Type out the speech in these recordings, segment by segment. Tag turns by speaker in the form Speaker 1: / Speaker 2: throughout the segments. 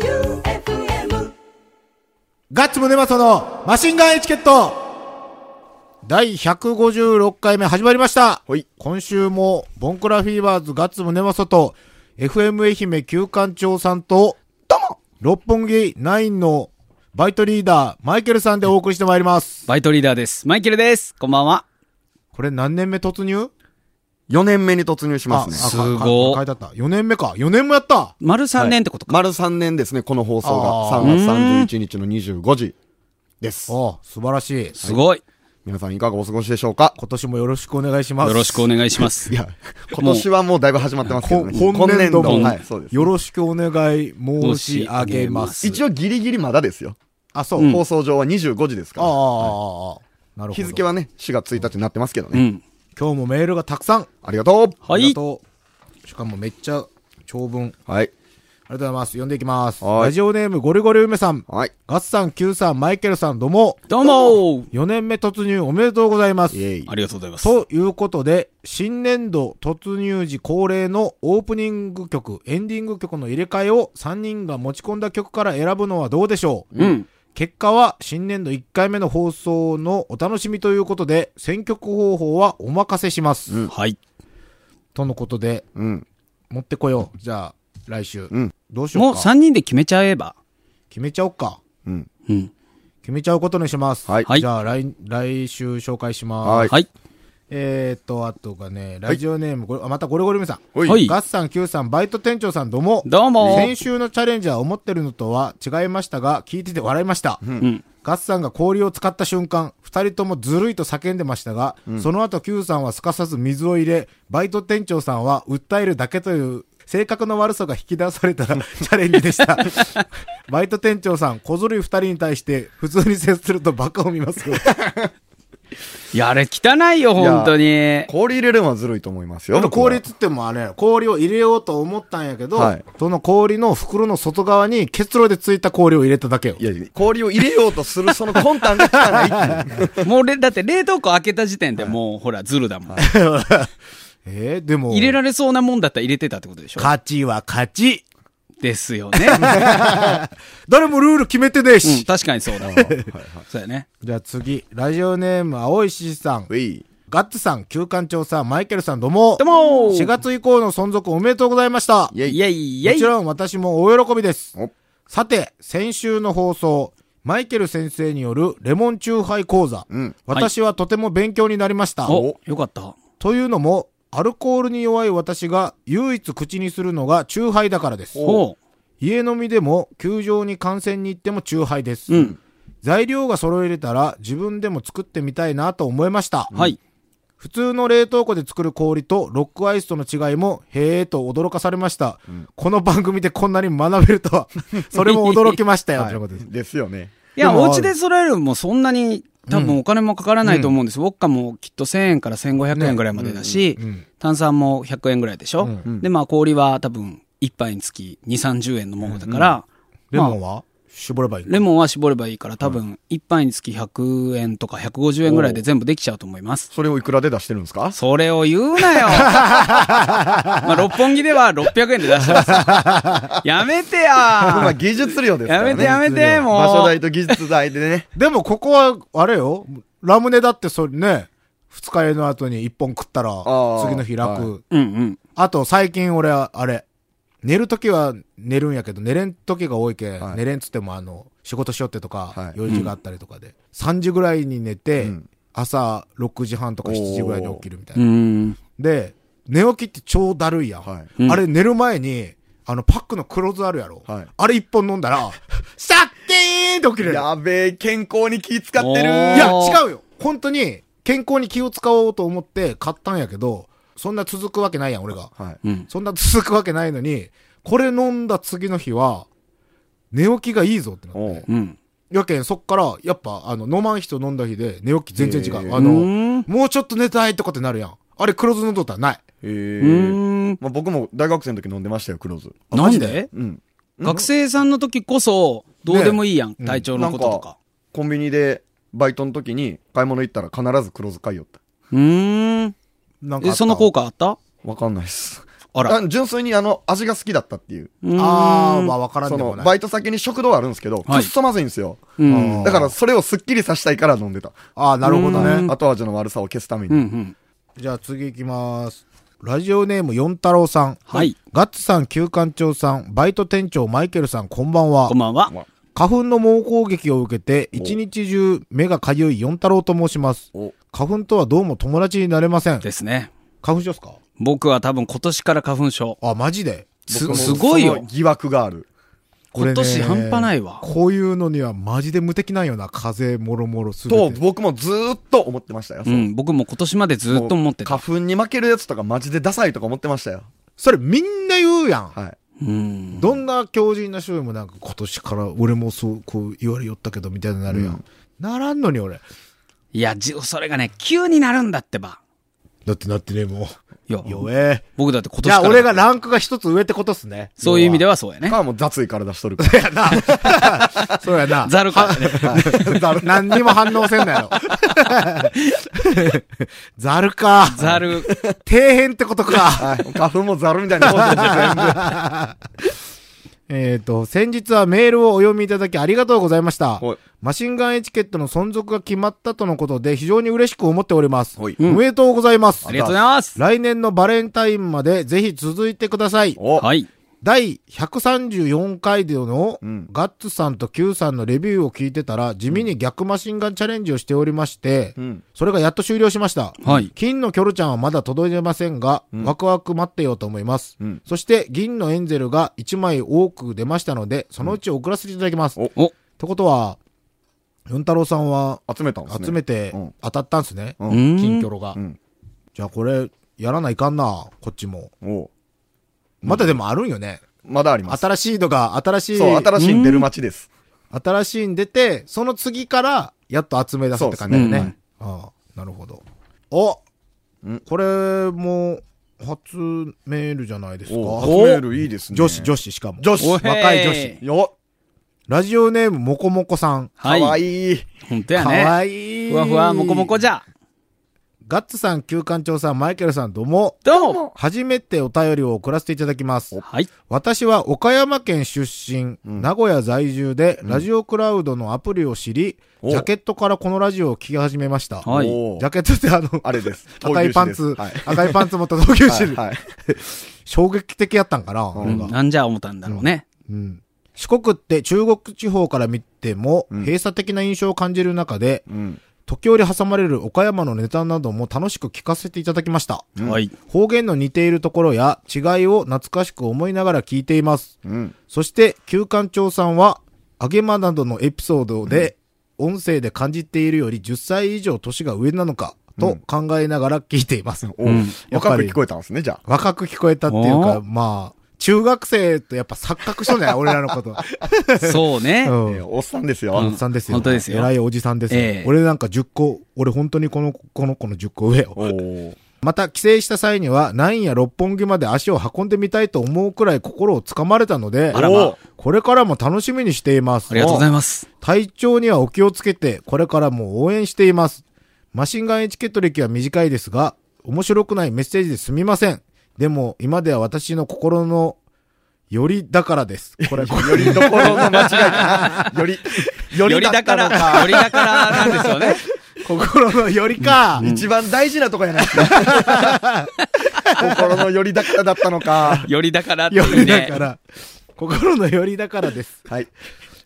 Speaker 1: J-O-E-U-F-M
Speaker 2: ガッツムネマソのマシンガンエチケット第156回目始まりました
Speaker 3: はい。
Speaker 2: 今週もボンクラフィーバーズガッツムネマソと FM 愛媛旧館長さんと六本木ナインのバイトリーダーマイケルさんでお送りしてまいります。
Speaker 4: バイトリーダーです。マイケルです。こんばんは。
Speaker 2: これ何年目突入
Speaker 3: 4年目に突入しますね。
Speaker 2: ああ
Speaker 4: すごい
Speaker 2: かか書いてあった。4年目か。4年もやった
Speaker 4: 丸3年ってことか。
Speaker 3: 丸3年ですね、この放送
Speaker 2: あ
Speaker 3: が。
Speaker 2: ー
Speaker 3: 3月31日の25時です。
Speaker 2: おう素晴らしい。
Speaker 4: すごい。
Speaker 3: 皆さんいかがお過ごしでしょうか
Speaker 2: 今年もよろしくお願いします。
Speaker 4: よろしくお願いします
Speaker 3: い。や、今年はもうだいぶ始まってますけど
Speaker 2: こ
Speaker 3: ね。
Speaker 2: 今年度も
Speaker 3: はい、そうです。
Speaker 2: よろしくお願い申し上げます。
Speaker 3: 一応ギリギリまだですよ。
Speaker 2: あ、そう。
Speaker 3: 放送上は25時です
Speaker 2: ああ、
Speaker 3: から。
Speaker 2: なるほど。
Speaker 3: 日付はね、4月1日になってますけど
Speaker 4: う
Speaker 3: ね。
Speaker 4: ん。
Speaker 2: 今日もメールがたくさん。
Speaker 3: ありがと
Speaker 2: あ
Speaker 4: は
Speaker 2: りが
Speaker 4: い。
Speaker 2: とう。しかもめっちゃ長文。
Speaker 3: う。はい。
Speaker 2: ありがとうございます。読んでいきます。
Speaker 3: はい
Speaker 2: ラジオネームゴリゴリ梅さん。
Speaker 3: はい。
Speaker 2: ガッツさん、キューさん、マイケルさん、どうも。
Speaker 4: どうも
Speaker 2: 4年目突入おめでとうございます
Speaker 3: イ。ェイ。
Speaker 4: ありがとうございます。
Speaker 2: ということで、新年度突入時恒例のオープニング曲、エンディング曲の入れ替えを3人が持ち込んだ曲から選ぶのはどうでしょう、
Speaker 4: うん。
Speaker 2: 結果は新年度1回目の放送のお楽しみということで、選曲方法はお任せします。
Speaker 4: はい。
Speaker 2: とのことで、
Speaker 3: うん。
Speaker 2: 持ってこよう。じゃあ、来週。
Speaker 3: うん
Speaker 2: どうしよ
Speaker 4: も
Speaker 2: う
Speaker 4: う
Speaker 2: か。
Speaker 4: 3人で決めちゃえば。
Speaker 2: 決めちゃおうか。
Speaker 3: うん。
Speaker 4: うん。
Speaker 2: 決めちゃうことにします。
Speaker 3: はい
Speaker 4: はい
Speaker 2: じゃあ、来、来週紹介します。
Speaker 3: はい
Speaker 4: はい。
Speaker 2: えーっと、あとがね、ラジオネーム、ごあまたゴリゴリ梅さん。
Speaker 3: ほ。
Speaker 4: はいい
Speaker 2: ガッさん、Q さん、バイト店長さん、どうも。
Speaker 4: どうも
Speaker 2: 先週のチャレンジは思ってるのとは違いましたが、聞いてて笑いました。
Speaker 4: うん。
Speaker 2: ガッさんが氷を使った瞬間、二人ともずるいと叫んでましたが、その後 Q さんはすかさず水を入れ、バイト店長さんは訴えるだけという、性格の悪さが引き出された チャレンジでした。バイト店長さん、小ずるい二人に対して、普通に接するとバカを見ます よ。
Speaker 4: いや、あれ汚いよ、本当に。
Speaker 3: 氷入れるのはずるいと思いますよ。
Speaker 2: 氷っつってもあれ、氷を入れようと思ったんやけど、
Speaker 3: はい
Speaker 2: その氷の袋の外側に結露でついた氷を入れただけよ。
Speaker 3: いや、氷を入れようとするその魂胆が汚いっていう。
Speaker 4: もうれ、だって冷凍庫開けた時点でもう、ほら、ズルだもん。
Speaker 2: えーでも、
Speaker 4: 入れられそうなもんだったら入れてたってことでしょ。
Speaker 2: 勝ちは勝ち。
Speaker 4: ですよね。う
Speaker 2: 誰もルール決めてねえし。
Speaker 4: ん、確かにそうだわ。そうやね。
Speaker 2: じゃあ次、ラジオネーム、青い獅子さん。
Speaker 3: うい。
Speaker 2: ガッツさん、旧館長さん、マイケルさん、どうも。
Speaker 4: どうも
Speaker 2: 4月以降の存続おめでとうございました。
Speaker 3: イ
Speaker 4: イ
Speaker 3: ェイ。
Speaker 4: ェイイ
Speaker 2: も
Speaker 4: ェ
Speaker 2: ち
Speaker 4: イ。
Speaker 2: ろん私も大喜びです
Speaker 3: お。
Speaker 2: さて、先週の放送、マイケル先生によるレモンチューハイ講座。
Speaker 3: うん。
Speaker 2: 私はとても勉強になりました。
Speaker 4: お、よかった。
Speaker 2: というのも、アルコールに弱い私が唯一口にするのがチューハイだからです。
Speaker 4: お
Speaker 2: 家飲みでも球場に観戦に行ってもチューハイです。
Speaker 4: うん。
Speaker 2: 材料が揃えれたら自分でも作ってみたいなと思いました。
Speaker 4: はい。
Speaker 2: 普通の冷凍庫で作る氷とロックアイスとの違いも、へーと驚かされました。この番組でこんなに学べる とは、それも驚きましたよ。ということです
Speaker 3: ですよね。
Speaker 4: いや、
Speaker 2: でも
Speaker 4: お家で揃えるのもそんなに、多分お金もかからないと思うんです。ウォッカもきっと1000円から1500円ぐらいまでだし、
Speaker 2: うん
Speaker 4: 炭酸も100円ぐらいでしょ、
Speaker 3: ん
Speaker 4: で、まあ氷は多分1杯につき2、30円のものだから、
Speaker 2: レモン
Speaker 4: まあ、
Speaker 2: は絞ればいい。
Speaker 4: レモンは絞ればいいから多分1杯につき100円とか150円ぐらいで全部できちゃうと思います。
Speaker 3: それをいくらで出してるんですか
Speaker 4: それを言う なよまあ六本木では600円で出してます。やめて
Speaker 3: まあ
Speaker 4: や
Speaker 3: 技術量ですからね。
Speaker 4: やめてやめてもう
Speaker 3: 場所代と技術代 でね。
Speaker 2: でもここは、あれよ、ラムネだってそれね、二日酔いの後に一本食ったら、
Speaker 3: ー
Speaker 2: 次の日楽。
Speaker 3: は
Speaker 4: うんうん。
Speaker 2: あと最近俺は、あれ、寝るときは寝るんやけど、寝れんときが多いけ、
Speaker 3: はい
Speaker 2: 寝れんつってもあの、仕事しよってとか、
Speaker 3: はい
Speaker 2: 用事があったりとかで、3時ぐらいに寝て、
Speaker 3: うん
Speaker 2: 朝6時半とか7時ぐらいに起きるみたいうな。
Speaker 4: ん。
Speaker 2: で、寝起きって超だるいやん。
Speaker 3: はい
Speaker 4: うん
Speaker 2: あれ寝る前に、あの、パックの黒酢あるやろ。
Speaker 3: はい
Speaker 2: あれ一本飲んだ ら、シャッキーンって起きれる。
Speaker 3: やべえ、健康に気使ってる。
Speaker 4: おー
Speaker 2: いや、違うよ。本当に、健康に気を使おうと思って買ったんやけど、そんな続くわけないやん、俺が。
Speaker 3: はい。
Speaker 4: うん。
Speaker 2: そんな続くわけないのに、これ飲んだ次の日は、寝起きがいいぞってなっ
Speaker 3: お
Speaker 2: て。
Speaker 3: う
Speaker 4: うん。
Speaker 2: やけん、そっから、やっぱ、あの、飲まん人飲んだ日で、寝起き全然違
Speaker 3: へ
Speaker 2: う。
Speaker 3: ー
Speaker 2: あ
Speaker 4: う
Speaker 2: の、
Speaker 4: ん。
Speaker 2: もうちょっと寝たいとかってなるやん。あれ、黒酢のどったらない。
Speaker 4: う
Speaker 3: へえ。
Speaker 4: ん。
Speaker 3: まあ僕も大学生の時飲んでましたよ、クローズ。
Speaker 2: あ
Speaker 4: な
Speaker 2: マジ
Speaker 4: ん
Speaker 2: で
Speaker 4: で
Speaker 3: うん。
Speaker 4: 学生さんの時こそ、どうでもいいやん、
Speaker 2: え
Speaker 4: 体調のこととか。
Speaker 3: コンビニでバイトの時に買い物行ったら必ずクローズ買いよった。
Speaker 4: うーん。
Speaker 2: なんかあ
Speaker 4: え、
Speaker 2: った。
Speaker 4: その効果あった
Speaker 3: わかんないっす。
Speaker 4: あら
Speaker 3: あ純粋にあの、味が好きだったっていう。
Speaker 4: うん
Speaker 2: あー、まあわからん
Speaker 3: そ
Speaker 2: でも
Speaker 3: の、
Speaker 2: な
Speaker 3: バ
Speaker 2: い。
Speaker 3: イト先に食堂あるんですけど、く
Speaker 4: はい
Speaker 3: っそまずいんですよ。
Speaker 4: うん
Speaker 3: だから、それをスッキリさせたいから飲んでた。
Speaker 2: あー、なるほどね。
Speaker 3: 後味の悪さを消すため
Speaker 4: うんう
Speaker 3: に。
Speaker 4: ん。
Speaker 2: じゃあ次行きます。ラジオネーム四太郎さん。
Speaker 4: はい。
Speaker 2: ガッツさん、旧館長さん、バイト店長マイケルさん、こんばんは
Speaker 4: こん。ばんは。
Speaker 2: 花粉の猛攻撃を受けて、一日中目がかゆい四太郎と申します
Speaker 3: お。
Speaker 2: 花粉とはどうも友達になれません。
Speaker 4: ですね。
Speaker 2: 花粉症っすか
Speaker 4: 僕は多分今年から花粉症。、
Speaker 2: あ、マジです
Speaker 3: 僕も
Speaker 4: すごい
Speaker 3: そ
Speaker 4: よ
Speaker 3: の。疑惑がある。
Speaker 2: これね
Speaker 4: 今年半端ないわ
Speaker 2: こういうのにはマジで無敵なんよな。風邪もろもろする。
Speaker 3: と、僕もずーっと思ってましたよ。
Speaker 4: う、
Speaker 3: そうん
Speaker 4: 僕も今年までずっと思ってた。
Speaker 3: 花粉に負けるやつとかマジでダサいとか思ってましたよ。
Speaker 2: それみんな言うやん。
Speaker 3: はい。
Speaker 4: うん。
Speaker 2: どんな強靭な人でもなんか今年から俺もそうこう言われよったけどみたいになるやん。ならんのに俺。
Speaker 4: いや、じそれがね、急になるんだってば。
Speaker 2: だってなってね、も
Speaker 4: いや
Speaker 2: う。、弱え。
Speaker 4: 僕だって
Speaker 2: じ
Speaker 4: 今年
Speaker 2: ゃ
Speaker 4: か
Speaker 2: あ
Speaker 4: ら。
Speaker 2: 俺がランクが一つ上ってことっすね。
Speaker 4: そういう意味で
Speaker 2: は。
Speaker 4: はそうやね。
Speaker 3: かも雑い体しとるから。
Speaker 2: そうやな。
Speaker 4: ざるからね。
Speaker 2: 何にも反応せんなよ。 ザルか。
Speaker 4: ざ。る。
Speaker 2: 底辺ってことか。
Speaker 3: はい。花粉もザルみたいなもんですよ全部。
Speaker 2: えっと、先日はメールをお読みいただきありがとうございました
Speaker 3: はい。
Speaker 2: マシンガンエチケットの存続が決まったとのことで非常に嬉しく思っております。お
Speaker 3: はい
Speaker 2: めでとうございます。
Speaker 4: ありがとうございます。
Speaker 2: 来年のバレンタインまでぜひ続いてください。
Speaker 3: お
Speaker 4: はい。
Speaker 2: 第134回での
Speaker 3: うん
Speaker 2: ガッツさんと Q さんのレビューを聞いてたら地味に逆マシンガンチャレンジをしておりまして、
Speaker 3: うん。
Speaker 2: それがやっと終了しました。
Speaker 4: はい。
Speaker 2: 金のキョルちゃんはまだ届いてませんが、ワクワク待ってようと思います。
Speaker 3: うん
Speaker 2: そして銀のエンゼルが1枚多く出ましたので、そのうち送らせていただきます。
Speaker 3: うんお
Speaker 4: お、
Speaker 2: ってことは、四太郎さんは
Speaker 3: 集めたんですね。
Speaker 2: 集めて
Speaker 3: うん
Speaker 2: 当たったんすね。
Speaker 3: う。
Speaker 4: うんん
Speaker 2: 金キョロが。
Speaker 3: うん。
Speaker 2: じゃあこれ、やらないかんな、こっちも。
Speaker 3: おう
Speaker 2: まだでもあるんよね。
Speaker 3: まだあります。
Speaker 2: 新しいのが、新しい、
Speaker 3: そう、新しいん出る街です。
Speaker 2: 新しいん出て、その次から、やっと集め出すって感じだよ
Speaker 4: そうです
Speaker 2: ね
Speaker 4: ね。
Speaker 2: ああ、なるほど。お
Speaker 3: ん
Speaker 2: これも、初メールじゃないですか。
Speaker 3: おう
Speaker 2: 初
Speaker 3: 集
Speaker 2: メ
Speaker 3: め
Speaker 2: ール
Speaker 3: るいいですね。
Speaker 2: 女子、女子、しかも。
Speaker 3: 女
Speaker 4: おへ
Speaker 3: 子。
Speaker 4: ー
Speaker 2: 若い女子。
Speaker 3: よ
Speaker 2: ラジオネーム、もこもこさん。
Speaker 3: っ。かわ
Speaker 4: はい。
Speaker 3: いい。
Speaker 4: 本当や
Speaker 2: か
Speaker 4: ね。
Speaker 2: わいい。
Speaker 4: ふわふわ、もこもこじゃ。
Speaker 2: ガッツさん、旧館長さん、マイケルさん、どうも。
Speaker 4: どうも。
Speaker 2: 初めてお便りを送らせていただきます。
Speaker 4: はい。
Speaker 2: 私は岡山県出身、名古屋在住で、ラジオクラウドのアプリを知り、
Speaker 3: お
Speaker 2: ジャケットからこのラジオを聞き始めました。
Speaker 4: はい
Speaker 3: おう
Speaker 2: ジャケットってあの、
Speaker 3: あれです。
Speaker 2: 赤いパンツ、
Speaker 3: 闘牛士です
Speaker 2: 赤いパンツ持った同級
Speaker 3: はい。
Speaker 2: 生、
Speaker 3: はいはい。
Speaker 2: 衝撃的やったんかな、あ
Speaker 4: う
Speaker 2: れ
Speaker 4: ん
Speaker 2: が
Speaker 4: なんじゃ思ったんだろうね。
Speaker 2: うん四国って中国地方から見ても閉鎖的な印象を感じる中で、
Speaker 3: うん。
Speaker 2: 時折挟まれる岡山のネタなども楽しく聞かせていただきました。
Speaker 4: はい。
Speaker 2: 方言の似ているところや違いを懐かしく思いながら聞いています。
Speaker 3: うん。
Speaker 2: そして、旧館長さんは、揚げ間などのエピソードで、音声で感じているより10歳以上年が上なのか、と考えながら聞いてい ます。
Speaker 3: おう若く聞こえたんですね、じゃあ。
Speaker 2: 若く聞こえたっていうか、
Speaker 4: お
Speaker 2: まあ、中学生とやっぱ錯覚しとんね 俺らのこと。
Speaker 4: そうね。
Speaker 2: う
Speaker 3: ええ
Speaker 2: ん。
Speaker 3: おっさんです
Speaker 2: お
Speaker 3: よ
Speaker 2: っ。さんですよ。
Speaker 4: 本当ですよ
Speaker 2: 偉いおじさんですよ。
Speaker 4: ええ
Speaker 2: 俺なんか10個、俺本当にこの、この子の10個上よ。
Speaker 3: おう
Speaker 2: また帰省した際には、なんや六本木まで足を運んでみたいと思うくらい心をつかまれたので、
Speaker 4: あらま
Speaker 3: おう
Speaker 2: これからも楽しみにしています。
Speaker 4: ありがとうございます。
Speaker 2: 体調にはお気をつけて、これからも応援しています。マシンガンエチケット歴は短いですが、面白くないメッセージですみません。でも、今では私の心の、よりだからです。これ、
Speaker 3: よりどころの間違いかな。より、よ
Speaker 4: よ
Speaker 3: り
Speaker 4: り
Speaker 3: だ
Speaker 4: だ
Speaker 3: っ
Speaker 4: か
Speaker 3: たの
Speaker 4: ら、よ
Speaker 3: か。
Speaker 4: りだからなんです よね。
Speaker 2: 心のよりか。
Speaker 3: 一番大事なとこやないですか。心のよりだからだったのか。
Speaker 4: よりだからって
Speaker 2: よ
Speaker 4: いう
Speaker 2: りだか
Speaker 4: ね。
Speaker 2: ら。心のよりだからです。
Speaker 3: はい。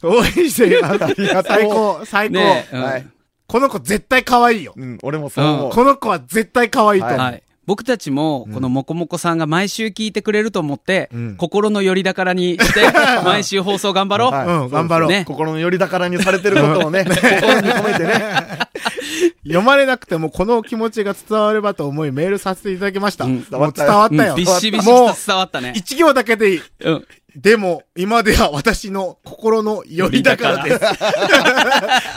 Speaker 2: 応援しています。
Speaker 3: りがとう
Speaker 2: 最高、最高。
Speaker 4: ねえうん
Speaker 3: はい。
Speaker 2: この子絶対可愛いよ。
Speaker 3: うん、俺もそう思う。
Speaker 2: この子は絶対可愛いと思う。
Speaker 4: はい。僕たちも、このもこもこさんが毎週聞いてくれると思って、
Speaker 2: うん
Speaker 4: 心のよりだからに して、毎週放送頑張ろう。
Speaker 3: はい
Speaker 2: うん、頑張ろう。
Speaker 4: ね
Speaker 3: 心のよりだからにされてることをね、心に込めてね。
Speaker 2: 読まれなくてもこの気持ちが伝わればと思いメールさせていただきました。
Speaker 4: うん
Speaker 2: もう伝わったよ。
Speaker 4: うんびっしびし
Speaker 2: もう
Speaker 4: と、伝わったね。
Speaker 2: 一行だけでいい。
Speaker 4: うん。
Speaker 2: でも、今では私の心のよりだからです。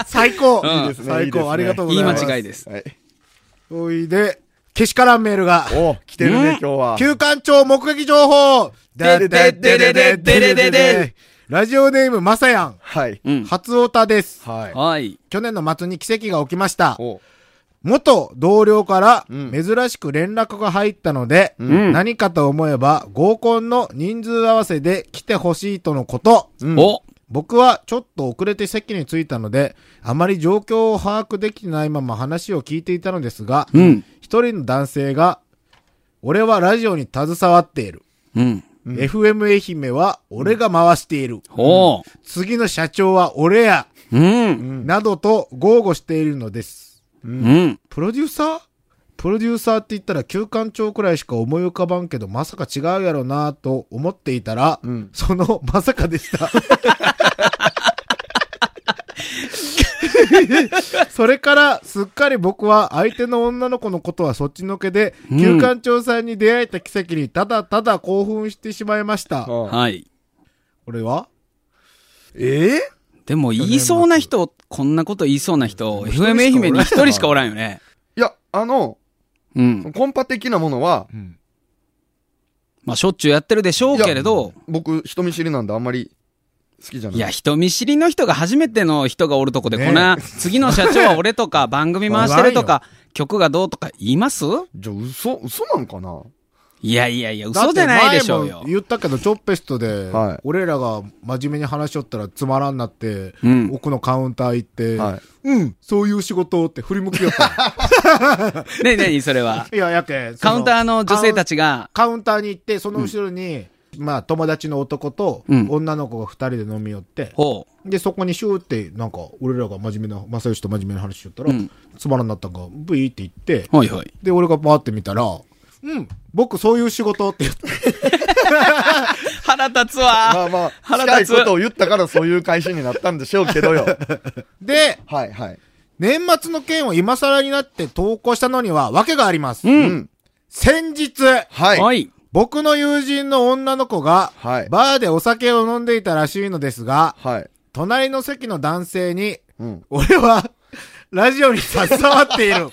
Speaker 2: 最高、
Speaker 4: うんいい
Speaker 3: ですねい
Speaker 2: 最
Speaker 3: いです
Speaker 2: 高
Speaker 3: ね
Speaker 2: ありがとうご
Speaker 4: 言
Speaker 2: ざ
Speaker 4: い
Speaker 2: います。
Speaker 4: 間違いです。
Speaker 3: はい。
Speaker 2: おいで、けしからんメールが、
Speaker 3: お来てる
Speaker 4: うん
Speaker 3: ね、今日は。
Speaker 2: 休館長目撃情報
Speaker 4: でででででででで
Speaker 2: ラジオネームまさやん、
Speaker 3: はい。
Speaker 4: うん。
Speaker 2: 初オタです。
Speaker 3: はい。
Speaker 4: はい。
Speaker 2: 去年の末に奇跡が起きました。
Speaker 3: お
Speaker 2: 元同僚から
Speaker 3: うん
Speaker 2: 珍しく連絡が入ったので、
Speaker 4: ん
Speaker 2: 何かと思えば合コンの人数合わせで来てほしいとのこと。
Speaker 3: うん
Speaker 4: お
Speaker 2: 僕はちょっと遅れて席に着いたので、あまり状況を把握できてないまま話を聞いていたのですが、
Speaker 4: うん。
Speaker 2: 一人の男性が、俺はラジオに携わっている。
Speaker 4: うん。
Speaker 2: FM 愛媛は俺が回している。
Speaker 4: おう。
Speaker 2: 次の社長は俺や。
Speaker 4: うん。
Speaker 2: などと豪語しているのです。
Speaker 4: うん。
Speaker 2: プロデューサープロデューサーって言ったら休館長くらいしか思い浮かばんけど、まさか違うやろなぁと思っていたら、
Speaker 3: ん
Speaker 2: その、まさかでした。それから、すっかり僕は相手の女の子のことはそっちのけで、
Speaker 4: うん
Speaker 2: 休館長さんに出会えた奇跡にただただ興奮してしまいました。
Speaker 3: ああ
Speaker 4: はい。
Speaker 2: 俺は
Speaker 3: ええ
Speaker 4: でも言いそうな人、こんなこと言いそうな人、FM 愛媛に一人しかおらんよね。
Speaker 3: いや、あの、
Speaker 4: うん。
Speaker 3: コンパ的なものは、
Speaker 4: まあしょっちゅうやってるでしょうけれど、
Speaker 3: 僕、人見知りなんであんまり好きじゃない。
Speaker 4: いや、人見知りの人が初めての人がおるとこで、こんな、次の社長は俺とか、番組回してると か、曲がどうとか言います
Speaker 3: じゃあ、嘘、嘘なんかない
Speaker 4: やいやいや、嘘じゃないでしょう
Speaker 2: だって前
Speaker 4: よ
Speaker 2: も。言ったけど、チョッペストで
Speaker 3: はい、
Speaker 2: 俺らが真面目に話しよったらつまらんなって、
Speaker 4: うん
Speaker 2: 奥のカウンター行って、
Speaker 3: はい
Speaker 2: うん、そういう仕事って振り向きよった。
Speaker 4: ねえ、ねえ、それ は。
Speaker 2: いや、やけ
Speaker 4: カウンターの女性た
Speaker 2: ち。
Speaker 4: ちが、
Speaker 2: カウンカウンターに行って、その後ろに、まあ、友達の男と、
Speaker 4: うん
Speaker 2: 女の子が二人で飲み寄って、
Speaker 4: ほ
Speaker 2: で、そこにシューって、なんか、俺らが真面目な、正義と真面目な話しよったら、
Speaker 4: うん
Speaker 2: つまらんなったんか、ブイーって言って
Speaker 4: う。、ほいほい。
Speaker 2: で、俺がパーって見たら、うん、僕そういう仕事って言って、
Speaker 4: 腹立つわ。
Speaker 3: まあまあ、
Speaker 4: 腹
Speaker 3: 近い
Speaker 4: 立つ
Speaker 3: ことを言ったからそういう返しになったんでしょう けどよ。
Speaker 2: で、
Speaker 3: はいはい。
Speaker 2: 年末の件を今更になって投稿したのには訳があります。
Speaker 4: う。
Speaker 3: うんん。
Speaker 2: 先日、
Speaker 3: は。
Speaker 4: はいい。
Speaker 2: 僕の友人の女の子が、
Speaker 3: はい
Speaker 2: バーでお酒を飲んでいたらしいのですが、
Speaker 3: はい。
Speaker 2: 隣の席の男性に、
Speaker 3: うん。
Speaker 2: 俺は、ラジオに携わってい る。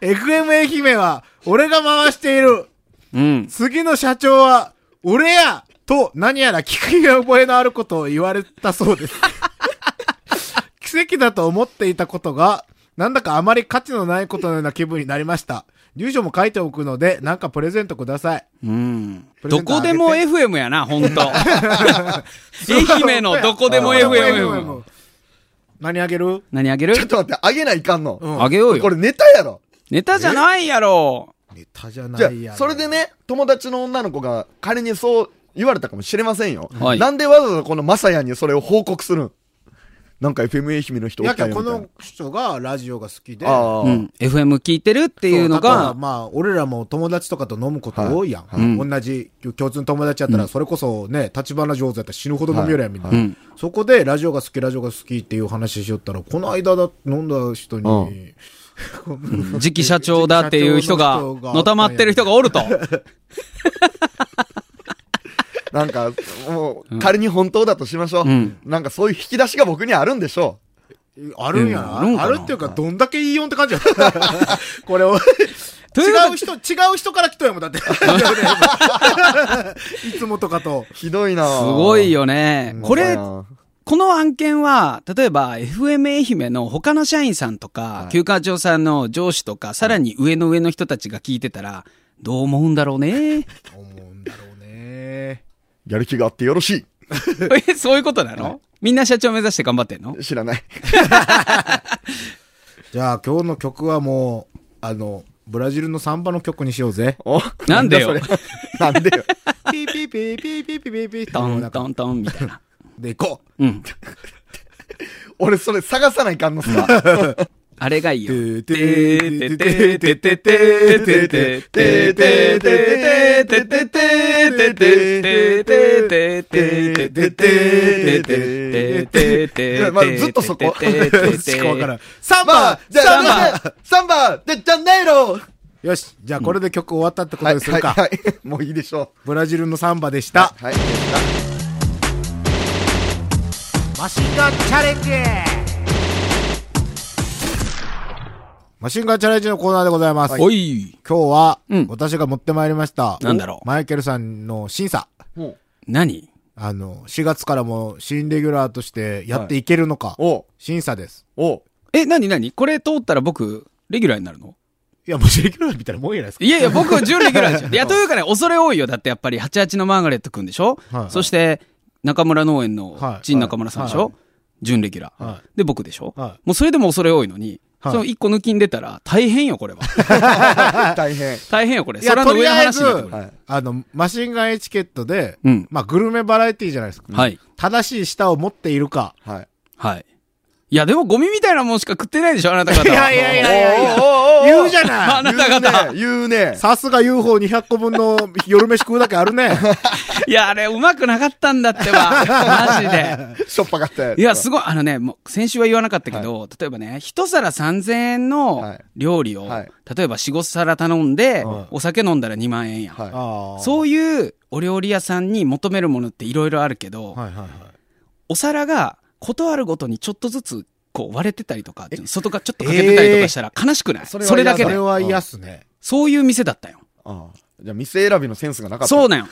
Speaker 2: FM 愛媛は、俺が回している。
Speaker 4: うん。
Speaker 2: 次の社長は、俺やと、何やら聞き覚えのあることを言われたそうです。奇跡だと思っていたことが、なんだかあまり価値のないことのような気分になりました。住所も書いておくので、なんかプレゼントください。
Speaker 4: うん。
Speaker 2: プレゼ
Speaker 4: ど
Speaker 2: ントあ
Speaker 4: こ
Speaker 2: げ
Speaker 4: で
Speaker 2: て
Speaker 4: も FM やな、ほん と。愛媛のどこでも FM。。
Speaker 2: 何あげる
Speaker 4: 何あげる
Speaker 3: ちょっと待って、あげないかんの。
Speaker 2: ん
Speaker 4: あげよう
Speaker 3: こ
Speaker 4: よ。
Speaker 3: れネタやろ。
Speaker 4: ネタじゃないやろ。
Speaker 2: ネタじゃ
Speaker 3: じゃ
Speaker 2: ないや
Speaker 3: あ、それで。ね、友達の女の子が仮にそう言われたかもしれませんよ。
Speaker 4: はい
Speaker 3: なんでわざわざこのマサヤにそれを報告するんなんか FM 愛媛の人お
Speaker 2: や
Speaker 3: っ
Speaker 2: け
Speaker 3: た
Speaker 2: ん
Speaker 3: よ
Speaker 2: こ
Speaker 3: みたいな
Speaker 2: の。人がラジオが好きで。
Speaker 3: ああ、
Speaker 4: うん。FM 聞いてるって
Speaker 2: そう
Speaker 4: いうの
Speaker 2: だから
Speaker 4: が、
Speaker 2: まあ、俺らも友達とかと飲むこと多いやん。
Speaker 3: はいはい
Speaker 4: うん
Speaker 2: 同じ共通の友達やったら、それこそね、立花上手やったら死ぬほど飲みよるやん、みんな。
Speaker 3: はい
Speaker 4: うん
Speaker 2: そこで、ラジオが好き、ラジオが好きっていう話しよったら、この間だ、飲んだ人に、
Speaker 3: う
Speaker 4: 次期社長だっていう人が、
Speaker 2: 次期社長の人が
Speaker 4: のたまってる人がおると。
Speaker 3: なんか、もう、仮に本当だとしましょう、
Speaker 4: うん
Speaker 3: なんかそういう引き出しが僕にあるんでしょ
Speaker 2: あるんや
Speaker 4: うん
Speaker 2: な、あ
Speaker 4: あるんかな
Speaker 2: るっていうか、どんだけいい音って 感じやこれを、違
Speaker 4: という
Speaker 2: う
Speaker 4: こと
Speaker 2: 人、違う人から来たやもん、 だって。 いつもとかと。
Speaker 3: う。ひどいな
Speaker 4: すごい
Speaker 3: よ。
Speaker 4: よね。
Speaker 3: ほ
Speaker 4: こ
Speaker 3: んま
Speaker 4: れ
Speaker 3: や、な
Speaker 4: この案件は、例えば FM 愛媛の他の社員さんとか、休暇長さんの上司とか、さらに上の上の人たちが聞いてたら、どう思うんだろうね。
Speaker 2: 思うんだろうね。
Speaker 3: やる気があってよろし
Speaker 4: え、そういうことなのみんな社長目指して頑張ってんの
Speaker 3: い。知らない。
Speaker 2: じゃあ、今日の曲はもう、あの、ブラジルのサンバの曲にしようぜ。
Speaker 3: お
Speaker 4: なんでよ
Speaker 3: なんだそれ なんでよ。
Speaker 2: ピーピーピーピーピーピーピーピー
Speaker 4: トントントンみたいな。
Speaker 2: で、行こう
Speaker 4: うん。
Speaker 3: 俺それ探さないかんのっすか。
Speaker 4: あれがいいよ。
Speaker 2: て
Speaker 4: て
Speaker 2: て
Speaker 4: て
Speaker 2: ててて
Speaker 4: ててて
Speaker 2: て
Speaker 4: て
Speaker 2: ててて
Speaker 4: てててててててててててててててててててて
Speaker 3: まあずっとそこ
Speaker 2: しかわからん。サン
Speaker 3: まあ
Speaker 2: バ、
Speaker 3: じゃ
Speaker 4: サンバ
Speaker 3: あ、サンバで、じゃないろ
Speaker 2: よし、じゃあこれで曲終わったってことにする
Speaker 3: はい、
Speaker 2: か。
Speaker 3: はいはい もういいでしょ
Speaker 2: ブラジルのサンバでし
Speaker 3: う。
Speaker 2: た。
Speaker 3: はい。いいですか
Speaker 2: マシンガンチャレンジマシンガンチャレンジのコーナーでございます。
Speaker 4: おい
Speaker 2: 今日は
Speaker 4: うん、
Speaker 2: 私が持ってまいりました。
Speaker 4: なんだろう
Speaker 2: マイケルさんの審査。
Speaker 4: 何
Speaker 2: あの、4月からも新レギュラーとしてやっていけるのか。
Speaker 3: おう
Speaker 2: 審査です。
Speaker 3: おう
Speaker 4: え、なになにこれ通ったら僕、レギュラーになるの
Speaker 2: いや、もうレギュラーみたいなもんじゃないですか。
Speaker 4: い やいや、僕、準レギュラーじゃん。いや、というかね、恐れ多いよ。だってやっぱり、88のマーガレットくんでしょ、
Speaker 2: はい
Speaker 4: そして、中村農園
Speaker 2: は
Speaker 4: の
Speaker 2: い
Speaker 4: 陳中村さんでしょ、
Speaker 2: はい
Speaker 4: 準レギュラー、
Speaker 2: は
Speaker 4: で、僕でしょ、
Speaker 2: は
Speaker 4: もうそれでも恐れ多いのに、
Speaker 2: はい
Speaker 4: その一個抜きん出たら、大変よ、これは。
Speaker 3: 大変。
Speaker 4: 大変よ、これ。
Speaker 2: いや、
Speaker 4: 空
Speaker 2: と
Speaker 4: の上
Speaker 2: り
Speaker 4: の
Speaker 2: あえ
Speaker 4: 話
Speaker 2: ず
Speaker 4: になってく、る。
Speaker 3: はい
Speaker 2: あの、マシンガンエチケットで、
Speaker 4: うん
Speaker 2: まあ、グルメバラエティじゃないですか。
Speaker 4: はい。
Speaker 2: 正しい舌を持っているか。
Speaker 3: はい。
Speaker 4: はい。いや、でもゴミみたいなもんしか食ってないでしょ、あなた方は。
Speaker 2: いやいやいやいやいや言うじゃな
Speaker 4: あ
Speaker 2: い
Speaker 4: なた方。
Speaker 3: 言うね。
Speaker 2: さすが UFO200 個分の夜飯食うだけあるね。
Speaker 4: いや、あれ、うまくなかったんだって ば。マジで。
Speaker 3: しょっぱかったやつ。
Speaker 4: いや、すごい。あのね、もう、先週は言わなかったけど、例えばね、一皿3000円の
Speaker 3: はい
Speaker 4: 料理を、
Speaker 3: はい
Speaker 4: 例えば4、5皿頼んで、
Speaker 2: はい
Speaker 4: お酒飲んだら2万円やん、
Speaker 3: は
Speaker 2: あー
Speaker 4: そういうお料理屋さんに求めるものっていろいろあるけど、
Speaker 2: はいはいはい。
Speaker 4: お皿が断るごとにちょっとずつ、こう割れてたりとか、外がちょっと欠けてたりとかしたら悲しくない、
Speaker 3: そ
Speaker 4: そ
Speaker 3: れ
Speaker 4: れ
Speaker 3: は
Speaker 4: だけ
Speaker 2: そ
Speaker 4: で
Speaker 2: れ。は嫌っすね。
Speaker 4: そういう店だったよ。
Speaker 3: い。ああじゃあ、店選びのセンスがなかった。
Speaker 4: そうなんよ。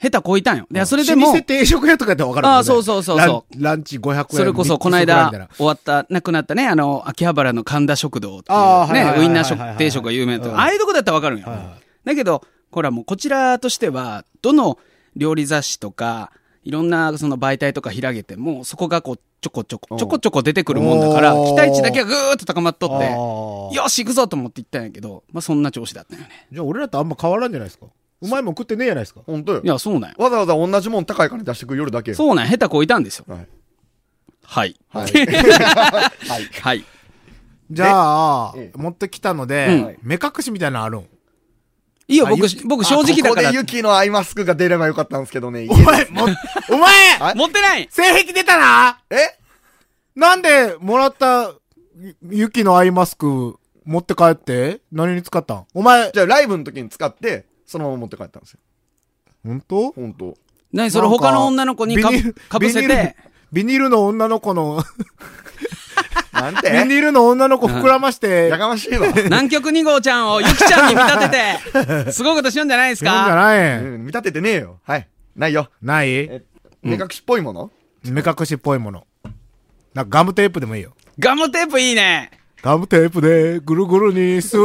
Speaker 4: 下手こいたんよ。で、それで
Speaker 2: 老
Speaker 4: も
Speaker 2: 舗、定食屋とかやってわかるもんね
Speaker 4: あーそうそうそうそ
Speaker 2: ラ
Speaker 4: う
Speaker 2: ン。ランチ500円。
Speaker 4: それこそ、この
Speaker 2: ミックスぐらいみ
Speaker 4: 間
Speaker 2: たい、
Speaker 4: 終わった、亡くなったね、あの、秋葉原の神田食堂ってい
Speaker 2: あーはい
Speaker 4: う、
Speaker 2: はい
Speaker 4: ね
Speaker 2: は、い
Speaker 4: ウインナー
Speaker 2: はいはいはい
Speaker 4: 食定食が有名なとこああいうとこだったらわかるんよ
Speaker 2: はいはい。
Speaker 4: だけど、ほらもう、こちらとしては、どの料理雑誌とか、いろんなその媒体とか開けても、そこがこう、ちょこちょこ、ちょこちょこ出てくるもんだから、
Speaker 2: おー
Speaker 4: 期待値だけがぐーっと高まっとって、
Speaker 2: あー
Speaker 4: よし、行くぞと思って行ったんやけど、まあそんな調子だったよね。
Speaker 2: じゃあ俺らとあんま変わらんじゃないですか。うまいもん食ってねえじゃないですか。
Speaker 3: 本当よ
Speaker 4: い。や、そうなんよ。
Speaker 3: わざわざ同じもん高い金出してくる夜だけよ。
Speaker 4: そうなんよ下手こいたんですよ。
Speaker 3: はい。
Speaker 4: はい。
Speaker 3: はい
Speaker 4: はい。
Speaker 2: じゃあ
Speaker 3: え、
Speaker 2: 持ってきたので
Speaker 4: う、
Speaker 2: 目隠しみたいなのあるん。
Speaker 4: いいよ、
Speaker 2: あ
Speaker 4: 僕
Speaker 2: ゆき、
Speaker 4: 僕正直だか
Speaker 3: あここ
Speaker 4: ら
Speaker 3: で。ユキのアイマスクが出ればよかったんですけどね。
Speaker 2: お前、も、お前
Speaker 3: あ
Speaker 4: 持ってない
Speaker 2: 性癖出たな
Speaker 3: え
Speaker 2: なんで、もらった、ゆゆきのアイマスク、持って帰って、何に使ったんお前、
Speaker 3: じゃあ、ライブの時に使って、そのまま持って帰ったんですよ。
Speaker 2: 本当
Speaker 3: 本当。
Speaker 4: 何それ他の女の子にかぶかぶせて。。
Speaker 2: ビニールビニールビニールの女の子の、
Speaker 3: なん
Speaker 2: ビ ニ
Speaker 3: て
Speaker 2: ールの女の子膨らまして、
Speaker 3: やかましいわ。
Speaker 4: 南極2号ちゃんをゆきちゃんに見立てて、すごいことしようんじゃないです
Speaker 2: そうじゃ
Speaker 4: か
Speaker 2: な
Speaker 3: う
Speaker 2: い
Speaker 3: ん見立ててねえよ。はい。ないよ。
Speaker 2: ない
Speaker 3: 目隠しっぽいもの
Speaker 2: 目隠しっぽいもの。なんかガムテープでもいいよ。
Speaker 4: ガムテープいいね。
Speaker 2: ガムテープでぐるぐるにす る。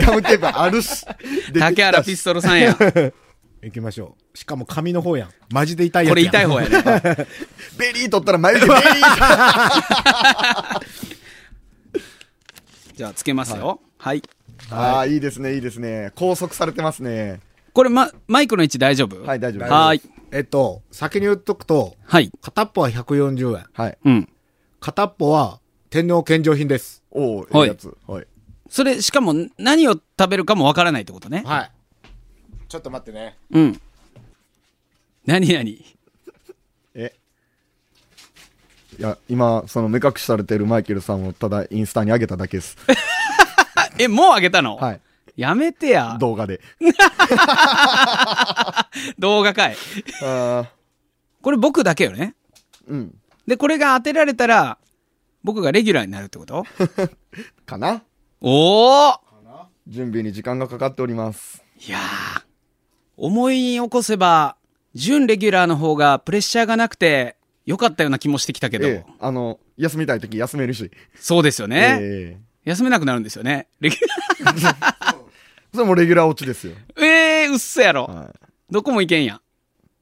Speaker 3: ガムテープあるし。で
Speaker 4: 竹原ピストルさんや。
Speaker 2: 行きましょう。しかも髪の方やん。マジで痛いやつやん。
Speaker 4: これ痛い方やね。
Speaker 3: ベリー取ったら眉毛ベリ ー
Speaker 4: じゃあつけますよ。はい。
Speaker 3: ああ、いいですね、いいですね。拘束されてますね。
Speaker 4: これま、マイクの位置大丈夫
Speaker 3: はい大丈夫
Speaker 4: はーい。
Speaker 2: えっと、先に言っとくと、
Speaker 4: はい。
Speaker 2: 片っぽは140円。
Speaker 3: はい。
Speaker 4: うん。
Speaker 2: 片っぽは天皇献上品です。
Speaker 3: おお、
Speaker 4: はいい
Speaker 3: いやつ。はい。
Speaker 4: それ、しかも何を食べるかもわからないってことね。
Speaker 2: はい。ちょっと待ってね。
Speaker 4: うん。何何
Speaker 3: えいや、今、その目隠しされてるマイケルさんをただインスタに上げただけです。
Speaker 4: あ、え、もうあげたの
Speaker 3: はい。
Speaker 4: やめてや。
Speaker 3: 動画で。
Speaker 4: 動画かい。
Speaker 3: ああ、
Speaker 4: これ僕だけよね。
Speaker 3: うん。
Speaker 4: で、これが当てられたら、僕がレギュラーになるって こと
Speaker 3: かな
Speaker 4: おお
Speaker 3: 準備に時間がかかっております。
Speaker 4: いやー、思い起こせば、準レギュラーの方がプレッシャーがなくて、良かったような気もしてきたけど、
Speaker 3: ええ、あの、休みたい時休めるし。
Speaker 4: そうですよね、
Speaker 3: ええ。
Speaker 4: 休めなくなるんですよね。レギュ
Speaker 3: それもレギュラー落ちですよ。
Speaker 4: ラー、 ええー、うっそやろ、
Speaker 3: は
Speaker 4: どこも行けんやん。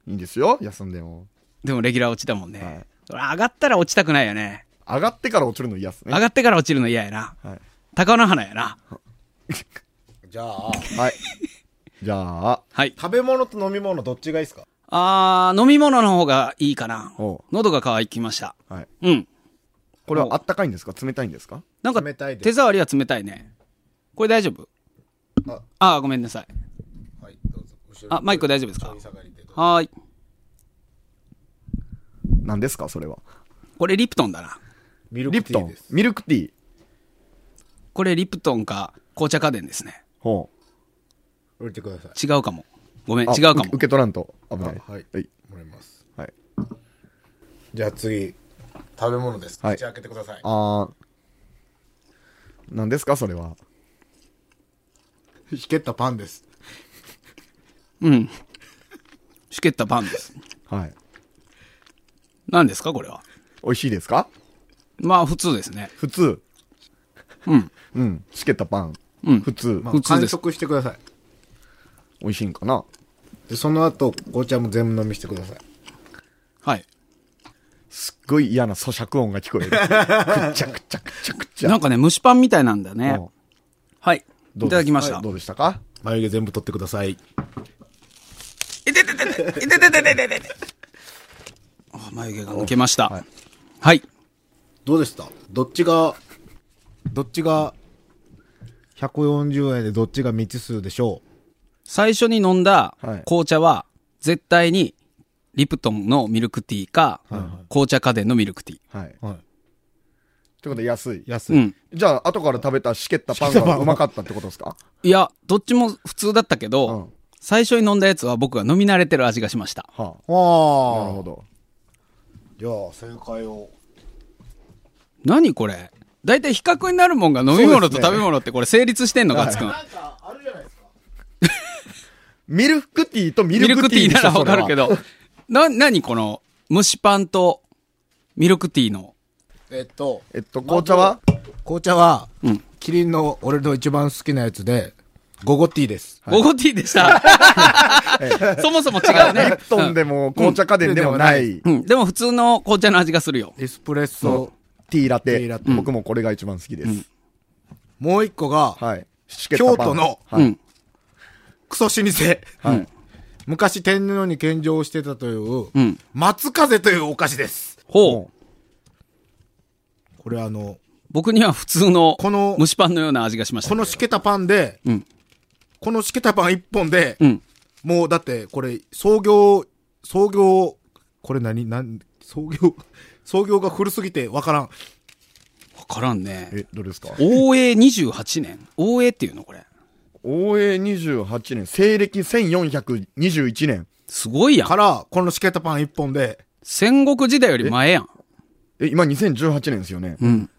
Speaker 3: い。いいんですよ、休んでも。
Speaker 4: でもレギュラー落ちたもん
Speaker 3: は
Speaker 4: ね
Speaker 3: い。
Speaker 4: それ上がったら落ちたくないよね。
Speaker 3: 上がってから落ちるの嫌っすね。
Speaker 4: 上がってから落ちるの嫌やな。
Speaker 3: はい。
Speaker 4: 高野花やな。
Speaker 2: じゃあ、
Speaker 3: はい。じゃあ、
Speaker 4: はい。
Speaker 2: 食べ物と飲み物どっちがいいですか
Speaker 4: あー、飲み物の方がいいかな
Speaker 3: おう。
Speaker 4: 喉が渇きました。
Speaker 3: はい。
Speaker 4: うん。
Speaker 3: これはあったかいんですか冷たいんですか
Speaker 4: なんか
Speaker 2: 冷たいです
Speaker 4: 手触りは冷たいね。これ大丈夫
Speaker 2: あ
Speaker 4: あーごめんなさい。
Speaker 2: はい、どうぞ。後
Speaker 4: あ、マイク大丈夫ですか
Speaker 2: 下がりでどうぞ
Speaker 4: はーい。
Speaker 3: 何ですかそれは。
Speaker 4: これリプトンだな。
Speaker 2: ミル
Speaker 3: リ
Speaker 2: ク
Speaker 3: プ
Speaker 2: ティ
Speaker 3: ト
Speaker 2: ー
Speaker 3: ン
Speaker 2: です。。
Speaker 3: ミルクティー。
Speaker 4: これリプトンか紅茶家電ですね。
Speaker 3: ほ
Speaker 2: 降りてください。
Speaker 4: 違うかも。ごめん、
Speaker 3: う。あ
Speaker 4: 違うかも
Speaker 3: 受。け取らんと危ない。
Speaker 2: あはい
Speaker 3: はい。
Speaker 2: もらいます。
Speaker 3: はい。
Speaker 2: じゃあ次、食べ物です。
Speaker 3: はい
Speaker 2: 口開けてください。
Speaker 3: あー。何ですかそれは。
Speaker 2: ひけったパンです。
Speaker 4: うん。しけったパンです。
Speaker 3: はい。
Speaker 4: 何ですかこれは。
Speaker 3: 美味しいですか
Speaker 4: まあ普通ですね。
Speaker 3: 普通。
Speaker 4: うん。
Speaker 3: うん。つけたパン。
Speaker 4: うん。
Speaker 3: 普通。
Speaker 2: ま
Speaker 4: 普
Speaker 2: あ、
Speaker 4: 通で
Speaker 2: 完
Speaker 4: す
Speaker 2: 食してください。
Speaker 3: 美味しいんかな。
Speaker 2: で、その後、紅茶も全部飲みしてください。
Speaker 4: はい。
Speaker 3: すっごい嫌な咀嚼音が聞こえる。くっちゃくっちゃくっちゃくっちゃ。
Speaker 4: なんかね、蒸しパンみたいなんだね
Speaker 3: うん。
Speaker 4: はい。い
Speaker 3: どう
Speaker 4: ただきました。
Speaker 3: はいどうでしたか
Speaker 2: 眉毛全部取ってください。
Speaker 4: いててててていてててててててあ眉毛が抜けました。はい。
Speaker 2: どうでしたどっちが、どっちが、140円でどっちが未知数でしょ
Speaker 4: 最初に飲んだ
Speaker 3: はい
Speaker 4: 紅茶は、絶対に、リプトンのミルクティーか、紅茶家電のミルクティー。
Speaker 3: はい。
Speaker 2: うはい。
Speaker 3: ということで安い。
Speaker 2: 安
Speaker 4: う
Speaker 2: い。
Speaker 4: ん。
Speaker 3: じゃあ、後から食べたしけったパンがうまかったってことですか
Speaker 4: いや、どっちも普通だったけど、
Speaker 3: うん
Speaker 4: 最初に飲んだやつは僕が飲み慣れてる味がしました。
Speaker 3: はあ。なる
Speaker 2: あ
Speaker 3: ほ
Speaker 2: あ。
Speaker 3: ど。
Speaker 2: じゃあ、正解を。
Speaker 4: 何これ大体比較になるもんが飲み物と食べ物ってこれ成立してんのか、つくん。
Speaker 3: ミルクティーとミ
Speaker 4: ミ
Speaker 3: ル
Speaker 4: ル
Speaker 3: ク
Speaker 4: ク
Speaker 3: テ
Speaker 4: テ
Speaker 3: ィ
Speaker 4: ィ
Speaker 3: ー
Speaker 4: ー
Speaker 3: でし
Speaker 4: な
Speaker 3: ょ
Speaker 4: らわかるけ。
Speaker 3: そ
Speaker 4: ど、な、何この、蒸しパンとミルクティーの。
Speaker 2: えっと、
Speaker 3: れはえっと、紅茶は
Speaker 2: 紅茶は、
Speaker 4: うん
Speaker 2: キリンの俺の一番好きなやつで、ゴゴティーです。
Speaker 4: ゴゴティーで した。 そもそも違うね
Speaker 3: リ。プ トンでも紅茶家電でもない。
Speaker 4: うん。でも普通の紅茶の味がするよ。
Speaker 2: エスプレッ
Speaker 3: そ
Speaker 2: ソ。
Speaker 3: う。ティーラ
Speaker 2: ティー
Speaker 3: テ
Speaker 2: ラ。テ
Speaker 3: 僕もこれが一番好きです。
Speaker 2: もう一個が、
Speaker 3: はい。しけったパン
Speaker 2: 京都の
Speaker 4: う
Speaker 3: はい
Speaker 4: ん。
Speaker 2: クソ老舗。
Speaker 3: はい。
Speaker 2: 昔天皇に献上してたという、
Speaker 4: うん
Speaker 2: 松風というお菓子です。
Speaker 4: ほう。
Speaker 2: これあの、
Speaker 4: 僕には普通の
Speaker 2: この
Speaker 4: 蒸しパンのような味がしました。
Speaker 2: このしけたパンで、
Speaker 4: うん
Speaker 2: このしけたパン一本で、
Speaker 4: うん。
Speaker 2: もうだってこれ創業、創業、これ何何創業、 創業が古すぎてわからん。
Speaker 4: わからんね。
Speaker 3: え、どれですか
Speaker 4: 応永28年。応永っていうのこれ。
Speaker 3: 応永28年、西暦1421年。
Speaker 4: すごいやん
Speaker 2: か。ら、このしけたパン一本で、
Speaker 4: 戦国時代より前やん。
Speaker 3: え、今2018年ですよね。
Speaker 4: うん。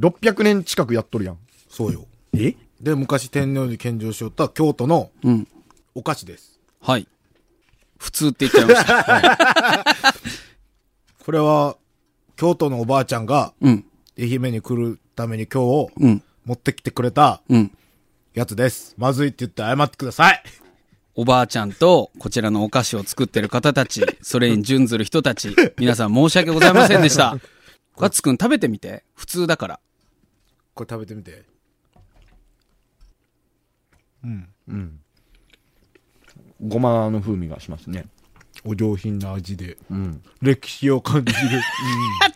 Speaker 3: 600年近くやっとるやん。
Speaker 2: そうよ。
Speaker 3: え
Speaker 2: で、昔天皇に献上しよった京都の
Speaker 4: うん。
Speaker 2: お菓子です。
Speaker 4: はい。普通って言っちゃいました。
Speaker 2: これは、京都のおばあちゃんが、
Speaker 4: うん。
Speaker 2: 愛媛に来るために今日、
Speaker 4: うん。
Speaker 2: 持ってきてくれた
Speaker 4: うん。
Speaker 2: やつです。まずいって言って謝ってください。
Speaker 4: おばあちゃんと、こちらのお菓子を作ってる方たち、それに準ずる人たち、皆さん申し訳ございませんでした。ガッツくん食べてみて。普通だから。
Speaker 2: これ食べてみて。
Speaker 3: ごまの風味がしますね。
Speaker 2: お上品な味で、
Speaker 3: うん。
Speaker 2: 歴史を感じる。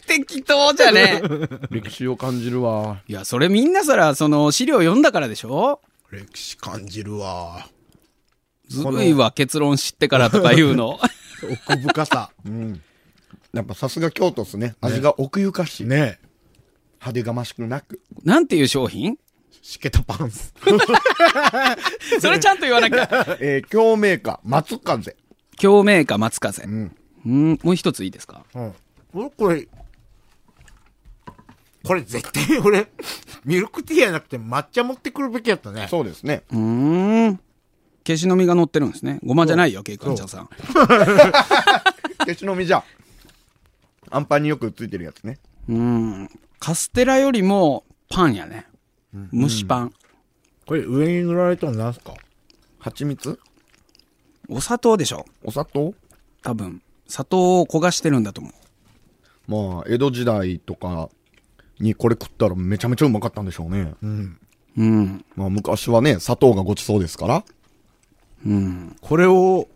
Speaker 4: 適当じゃね
Speaker 3: 歴史を感じるわ。
Speaker 4: いや、それみんなそら、その資料読んだからでしょ
Speaker 2: 歴史感じるわ。
Speaker 4: ずるいわ、結論知ってからとか言うの。
Speaker 2: 奥深さ。
Speaker 3: やっぱさすが京都っすね。味が奥ゆかしい。
Speaker 2: ねえ。
Speaker 3: 派手がましくなく。
Speaker 4: なんていう商品
Speaker 2: しけたパンス。
Speaker 4: それちゃんと言わなき ゃ。
Speaker 3: えー、京メーカー、松風。
Speaker 4: 京メーカー松風。うん。もう一ついいですか
Speaker 2: うん。俺これ、これ絶対俺、ミルクティーじゃなくて抹茶持ってくるべきやったね。
Speaker 3: そうですね。
Speaker 4: うーん。消しの実が乗ってるんですね。ごまじゃないよ、ケイカンちゃんさん。
Speaker 3: 消しの実じゃ。アンパンによくついてるやつね。
Speaker 4: うん。カステラよりもパンやね。蒸しパン。
Speaker 2: これ上に塗られたのなんすか
Speaker 3: 蜂蜜
Speaker 4: お砂糖でしょ
Speaker 3: お砂糖
Speaker 4: 多分。砂糖を焦がしてるんだと思う。
Speaker 3: まあ、江戸時代とかにこれ食ったらめちゃめちゃうまかったんでしょうね。
Speaker 4: うん。
Speaker 3: まあ、昔はね、砂糖がごちそうですから。
Speaker 4: うん。
Speaker 2: これを、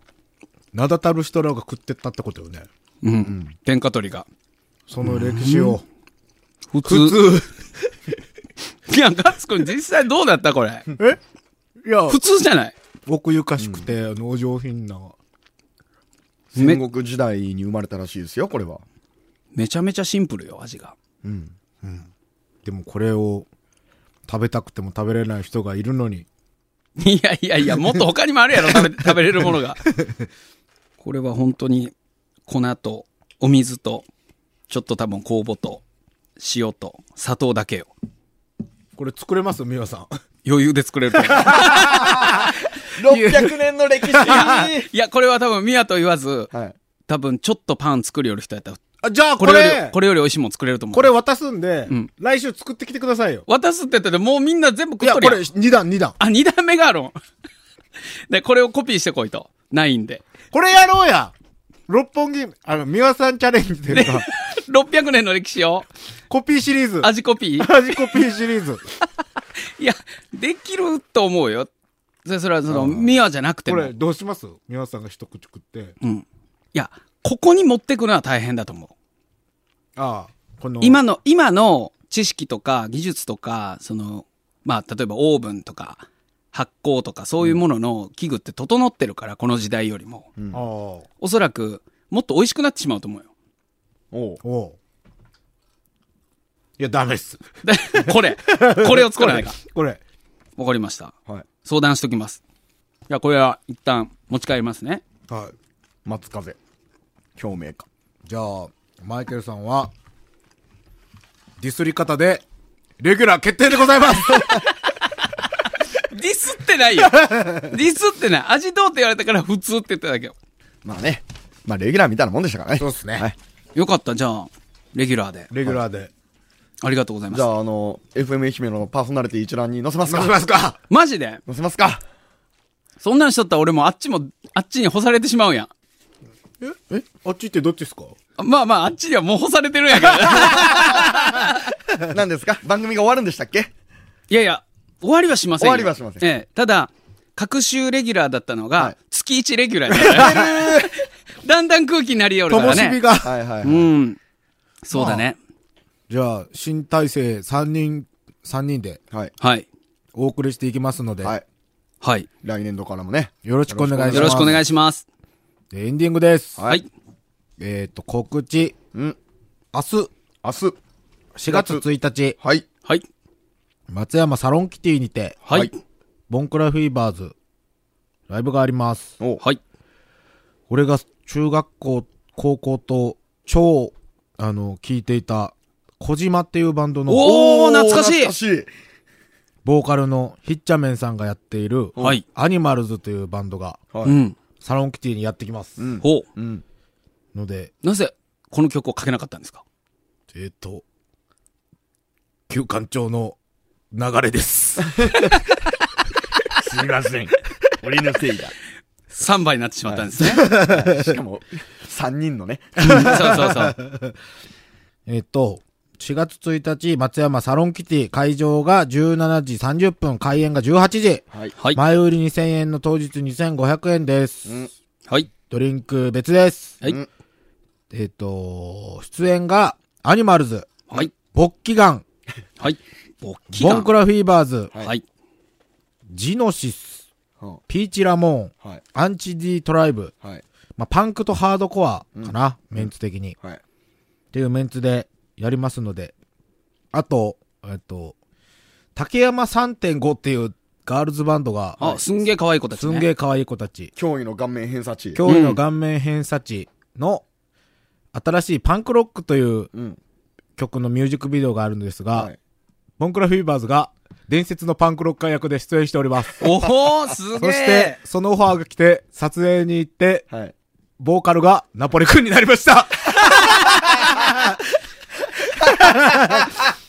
Speaker 2: 名だたる人らが食ってったってことよね。
Speaker 4: うん。天下取りが。
Speaker 2: その歴史を。
Speaker 4: 普通。
Speaker 2: 普通。
Speaker 4: いや、ガッツくん実際どうだったこ れ。
Speaker 2: いや、
Speaker 4: 普通じゃない。
Speaker 2: 奥ゆかしくて、あの、お上品な。
Speaker 4: め
Speaker 3: 戦国時代に生まれたらしいですよ、これは。
Speaker 4: めちゃめちゃシンプルよ、味が。
Speaker 2: でもこれを食べたくても食べれない人がいるのに、
Speaker 4: いやいやいや、もっと他にもあるや ろ、食べ、食べれるものが。これは本当に、粉と、お水と、ちょっと多分酵母と、塩と、砂糖だけよ。
Speaker 2: これ作れます美和さん。
Speaker 4: 余裕で作れると思う。
Speaker 3: 600年の歴史
Speaker 4: いや、これは多分、ミヤと言わず、
Speaker 3: はい。
Speaker 4: 多分ちょっとパン作りよる人やったら、
Speaker 2: あ、じゃあこ
Speaker 4: これ
Speaker 2: れ、
Speaker 4: よ
Speaker 2: こ
Speaker 4: り、
Speaker 2: れ
Speaker 4: これより美味しいもん作れると思う。
Speaker 2: 渡すんで、
Speaker 4: ん
Speaker 2: 来週作ってきてくださいよ。
Speaker 4: 渡すって言ったらもうみんな全部
Speaker 2: い
Speaker 4: 食っ
Speaker 2: や、
Speaker 4: と
Speaker 2: こ
Speaker 4: るやん
Speaker 2: れ、2段、2段。
Speaker 4: あ、二段目があるん。 で、これをコピーしてこいと。ないんで。
Speaker 2: これやろうや六本木、あの、三輪さんチャレンジというか、
Speaker 4: 600年の歴史を、
Speaker 2: コピーシリーズ。
Speaker 4: 味コピー。
Speaker 2: 味コピーシリーズ。
Speaker 4: いや、できると思うよ。それそれはその、ミアじゃなくて
Speaker 2: こ
Speaker 4: も。
Speaker 2: れ、どうします三輪さんが一口食って。
Speaker 4: うん。いや、ここに持ってくのは大変だと思う。
Speaker 2: ああ、この、
Speaker 4: 今の、今の知識とか技術とか、その、まあ、例えばオーブンとか、発酵とか、そういうものの器具って整ってるから、この時代よりも。
Speaker 2: ああ、お
Speaker 4: おそらく、もっと美味しくなってしまうと思うよ。
Speaker 3: おう
Speaker 2: う。いや、ダメっす。
Speaker 4: で これ、これを作らないか。
Speaker 2: これ。
Speaker 4: わかりました。
Speaker 3: はい。
Speaker 4: 相談しときます。じゃあ、これは一旦持ち帰りますね。
Speaker 2: はい。
Speaker 3: 松風。表明か。
Speaker 2: じゃあ、マイケルさんは、ディスり方で、レギュラー決定でございます
Speaker 4: ディスってないよ。デ ィスってない。味どうって言われたから普通って言っただけよ。
Speaker 3: まあね。まあ、レギュラーみたいなもんでしたからね。
Speaker 2: そうっすね
Speaker 3: はい。
Speaker 4: よかった、じゃあ、レギュラーで。
Speaker 2: レギュラーで。
Speaker 4: ありがとうございま
Speaker 3: じ
Speaker 4: す。
Speaker 3: ゃあ、あの、FM 愛媛のパーソナリティ一覧に載せます
Speaker 2: どう
Speaker 3: か
Speaker 2: しますか
Speaker 4: マジで
Speaker 3: 載せます か
Speaker 4: そんなんしとったら俺もあっちも、あっちに干されてしまうやん。
Speaker 2: ええあっちってどっちっすか
Speaker 4: まあまあ、あっちにはもう干されてるんや けど。
Speaker 3: 何ですか番組が終わるんでしたっけ
Speaker 4: いやいや、終わりはしませんよ。
Speaker 3: 終わりはしません
Speaker 4: ええ、ただ、各週レギュラーだったのが、
Speaker 3: はい
Speaker 4: 月1レギュラーだからね だんだん空気になりよる
Speaker 2: と
Speaker 4: から
Speaker 2: も
Speaker 4: ね。
Speaker 2: しびが。
Speaker 3: はいはいはい。
Speaker 4: うん。そうだね。
Speaker 2: じゃあ、新体制3人、三人で
Speaker 3: はい。
Speaker 4: はい。
Speaker 2: お送りしていきますので、
Speaker 3: はい。
Speaker 4: はい。
Speaker 3: 来年度からもね。
Speaker 2: よろしくお願いします。
Speaker 4: よろしくお願
Speaker 2: い
Speaker 4: いします。
Speaker 2: エンディングです。
Speaker 4: は
Speaker 3: はいい。
Speaker 2: えっ、と、告知。
Speaker 3: うん。
Speaker 2: 明日、
Speaker 3: 明日。
Speaker 2: 4月1日、
Speaker 3: はい。
Speaker 4: はい。
Speaker 2: 松山サロンキティにて、
Speaker 4: はい。は
Speaker 3: はいい。
Speaker 2: ボンクラフィーバーズ、ライブがあります。
Speaker 3: お
Speaker 4: はい。
Speaker 2: 俺が中学校、高校と、超、あの、聞いていた、小島っていうバンドの、
Speaker 4: おー、懐かしい
Speaker 3: 懐かしい。
Speaker 2: ボーカルのヒッチャメンさんがやっている、
Speaker 4: はい
Speaker 2: アニマルズというバンドが、
Speaker 3: は
Speaker 4: う
Speaker 3: い。
Speaker 4: ん。
Speaker 2: サロンキティにやってきます。
Speaker 3: うん
Speaker 4: ほう。
Speaker 3: うん。
Speaker 2: ので、
Speaker 4: なぜ、この曲をかけなかったんですか
Speaker 2: えっ、と、旧館長の流れです。
Speaker 3: すみません。俺のせいだ。
Speaker 4: ?3 倍になってしまったんですね。
Speaker 3: しかも、3人のね。
Speaker 4: そうそうそう。
Speaker 2: えっ、と、4月1日、松山サロンキティ、会場が17時30分、開演が18時。
Speaker 3: はい。
Speaker 4: はい。
Speaker 2: 前売り2000円の当日2500円です。
Speaker 3: うん
Speaker 4: はい。
Speaker 2: ドリンク別です。
Speaker 4: はい
Speaker 3: うん
Speaker 2: えっ、と、出演が、アニマルズ、
Speaker 4: はい。
Speaker 2: 勃起ガン、
Speaker 4: はい。ボッキ
Speaker 2: ボ
Speaker 4: ガ
Speaker 2: ン
Speaker 4: ン
Speaker 2: クラフィーバーズ、
Speaker 3: ラ
Speaker 4: はい。
Speaker 2: ジノシス、
Speaker 3: は
Speaker 2: ピーチラモーン、
Speaker 3: あはい。
Speaker 2: アンチディトライブ、
Speaker 3: はい。
Speaker 2: まあ、パンクとハードコアかな、メンツ的に。
Speaker 3: はい。
Speaker 2: っていうメンツでやりますので、あと、えっと、竹山3.5っていうガールズバンドが、
Speaker 4: あ、すんげえ可愛い子たち
Speaker 2: す
Speaker 4: ね。
Speaker 2: んげえ可愛い子たち、
Speaker 3: 驚異の顔面偏差値。
Speaker 2: 驚異の顔面偏差値の新しいパンクロックという
Speaker 3: うん。
Speaker 2: 曲のミュージックビデオがあるんですが、
Speaker 3: はい。
Speaker 2: ボンクラフィーバーズが伝説のパンクロッカー役で出演しております。
Speaker 4: おほー、すげ
Speaker 2: そ
Speaker 4: え
Speaker 2: して、そのオファーが来て、撮影に行って、
Speaker 3: はい。
Speaker 2: ボーカルがナポリ君になりました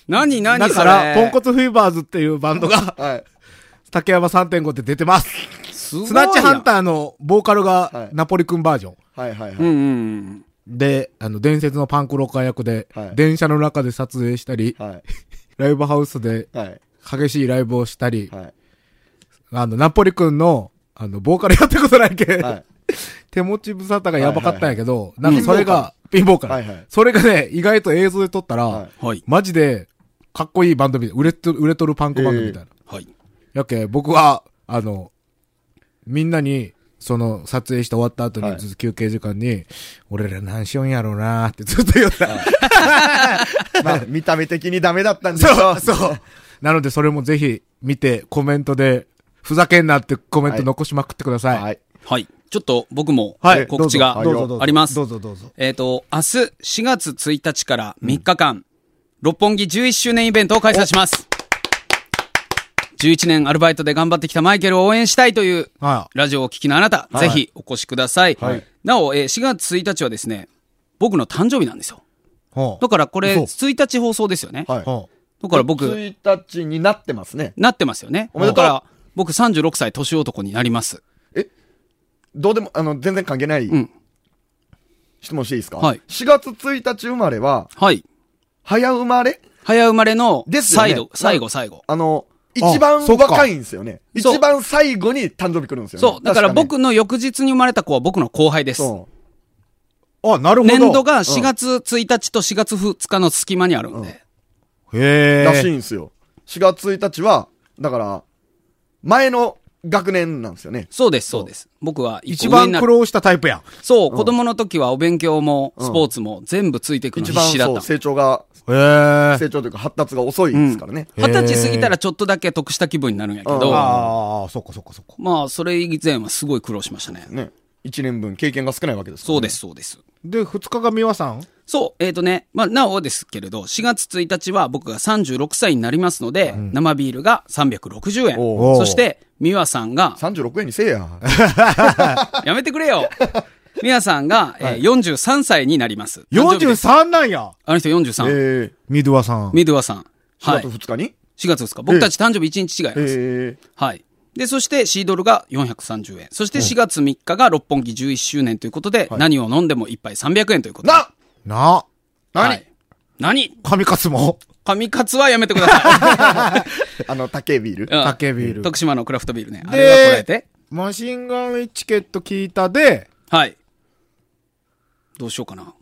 Speaker 4: 何何
Speaker 2: だ
Speaker 4: そ
Speaker 2: か
Speaker 4: れ
Speaker 2: ら、ポンコツフィーバーズっていうバンド が、
Speaker 3: はい。
Speaker 2: 竹山3.5って出てます。
Speaker 4: すごいやん
Speaker 2: スナッチハンターのボーカルが
Speaker 3: はい
Speaker 2: ナポリ君バージョン。
Speaker 3: はいはい
Speaker 4: うん
Speaker 3: はい。
Speaker 4: うん
Speaker 2: で、あの、伝説のパンクロッカー役で、
Speaker 3: はい
Speaker 2: 電車の中で撮影したり、
Speaker 3: はい。
Speaker 2: ライブハウスで
Speaker 3: はい。
Speaker 2: 激しいライブをしたり、
Speaker 3: はい。
Speaker 2: あの、ナポリ君の、あの、ボーカルやったことないけ、
Speaker 3: はい。
Speaker 2: 手持ち無沙汰がやばかったんやけど、なんかそれが、ピンボーカル。
Speaker 3: はいはい
Speaker 2: それがね、意外と映像で撮ったら、
Speaker 3: はい
Speaker 4: うん。はい。
Speaker 2: マジで、かっこいいバンドみたい。売れとる、売れとるパンクバンドみたいな。
Speaker 4: はい。
Speaker 2: やけ、僕は、あの、みんなに、その、撮影して終わった後
Speaker 3: は
Speaker 2: に、
Speaker 3: い
Speaker 2: ずっと休憩時間に、俺ら何しよんやろうなーってずっと言った。
Speaker 3: まあ、 見た目的にダメだったんです
Speaker 2: そう、そう。なので、それもぜひ、見て、コメントで、ふざけんなってコメン
Speaker 3: は
Speaker 2: ト
Speaker 3: い
Speaker 2: 残しまくってください。
Speaker 3: はい。
Speaker 4: はい。ちょっと僕も
Speaker 2: はい
Speaker 4: 告知が
Speaker 2: どうぞどうぞどうぞ
Speaker 4: あります
Speaker 2: ど。うぞどうぞ。
Speaker 4: えっと、明日4月1日から3日間、六本木11周年イベントを開催します。11年アルバイトで頑張ってきたマイケルを応援したいという
Speaker 2: は
Speaker 4: ラジオをお聞きのあなた、
Speaker 3: は
Speaker 4: ぜ
Speaker 3: い
Speaker 4: ひお越しください。
Speaker 3: はい
Speaker 4: なお、えー4月1日はですね、僕の誕生日なんですよ。
Speaker 2: ほう
Speaker 4: だからこれ、
Speaker 2: 嘘
Speaker 4: 1日放送ですよね。
Speaker 3: はい。
Speaker 2: ほう
Speaker 4: だから僕、
Speaker 3: 1日になってますね。
Speaker 4: なってますよね。
Speaker 3: おめで
Speaker 4: だ
Speaker 3: と
Speaker 4: か
Speaker 3: う
Speaker 4: ら、僕36歳年男になります。
Speaker 3: どうでも、あの、全然関係ない
Speaker 4: うん。
Speaker 3: 質問していいですか、
Speaker 4: はい
Speaker 3: 4月1日生まれは、
Speaker 4: はい。
Speaker 3: 早生まれ
Speaker 4: 早生まれの、
Speaker 3: ですよね
Speaker 4: 最後、最後、最後。
Speaker 3: あの、
Speaker 2: あ
Speaker 3: 一番
Speaker 2: そっか
Speaker 3: 若いんですよね。
Speaker 4: そう
Speaker 3: 一番最後に誕生日来るんですよ
Speaker 4: そ
Speaker 3: ね。
Speaker 4: う。だから
Speaker 3: 確ね、
Speaker 4: 僕の翌日に生まれた子は僕の後輩です。
Speaker 3: そう
Speaker 2: あ、なるほど。
Speaker 4: 年度が4月1日と4月2日の隙間にあるんで。
Speaker 2: へ
Speaker 3: らしい
Speaker 2: え。
Speaker 3: んですよ。4月1日は、だから、前の学年なんですよね。
Speaker 4: そうです、そうです。僕は
Speaker 2: 一
Speaker 4: 一番上
Speaker 2: 番
Speaker 4: にな
Speaker 2: 苦
Speaker 4: る。
Speaker 2: 労したタイプやん。
Speaker 4: そう、子供の時はお勉強も、スポーツも全部ついていくの
Speaker 3: 一
Speaker 4: 必
Speaker 3: 番
Speaker 4: 死だっ
Speaker 3: そう
Speaker 4: た。
Speaker 3: 成長が、
Speaker 2: へえ。
Speaker 3: 成長というか発達が遅いですからね。
Speaker 4: 二十歳過ぎたらちょっとだけ得した気分になるんやけ
Speaker 3: うん
Speaker 4: ど、
Speaker 2: ああ、そっかそっかそっか。
Speaker 4: まあ、それ以前はすごい苦労しましたね。
Speaker 3: ね。1年分経験が少ないわけですからね
Speaker 4: そうです、そうです。
Speaker 2: で、2日が美和さん
Speaker 4: そう、えっ、とね、まあ、なおですけれど、4月1日は僕が36歳になりますので、生ビールが360円。
Speaker 3: お
Speaker 2: う
Speaker 4: そして、美和さんが、
Speaker 3: 36円にせえや。
Speaker 4: やめてくれよ美和さんが、えー43歳になります。誕生日です
Speaker 2: ?43 なんや
Speaker 4: あの人43。
Speaker 3: え
Speaker 2: ミドワさん。
Speaker 4: ミドワさん。
Speaker 3: ー、4
Speaker 4: はい
Speaker 3: 月。2日に、
Speaker 4: 4月ですか。僕たち誕生日1日違いなん
Speaker 3: え
Speaker 4: です。
Speaker 3: ー、
Speaker 4: はい。で、そしてシードルが430円。そして4月3日が六本木11周年ということで、何を飲んでも一杯300円ということで。
Speaker 3: な
Speaker 2: な、
Speaker 3: 何、
Speaker 4: はい何
Speaker 2: 神勝も、
Speaker 4: 神勝はやめてく ださ
Speaker 3: あの、竹ビール
Speaker 4: い。。うん
Speaker 2: 竹ビール。
Speaker 4: 徳島のクラフトビールね。あれはこらえ
Speaker 2: で
Speaker 4: て。、
Speaker 2: マシンガンエチケット聞いたで、
Speaker 4: はい。どうしようかな。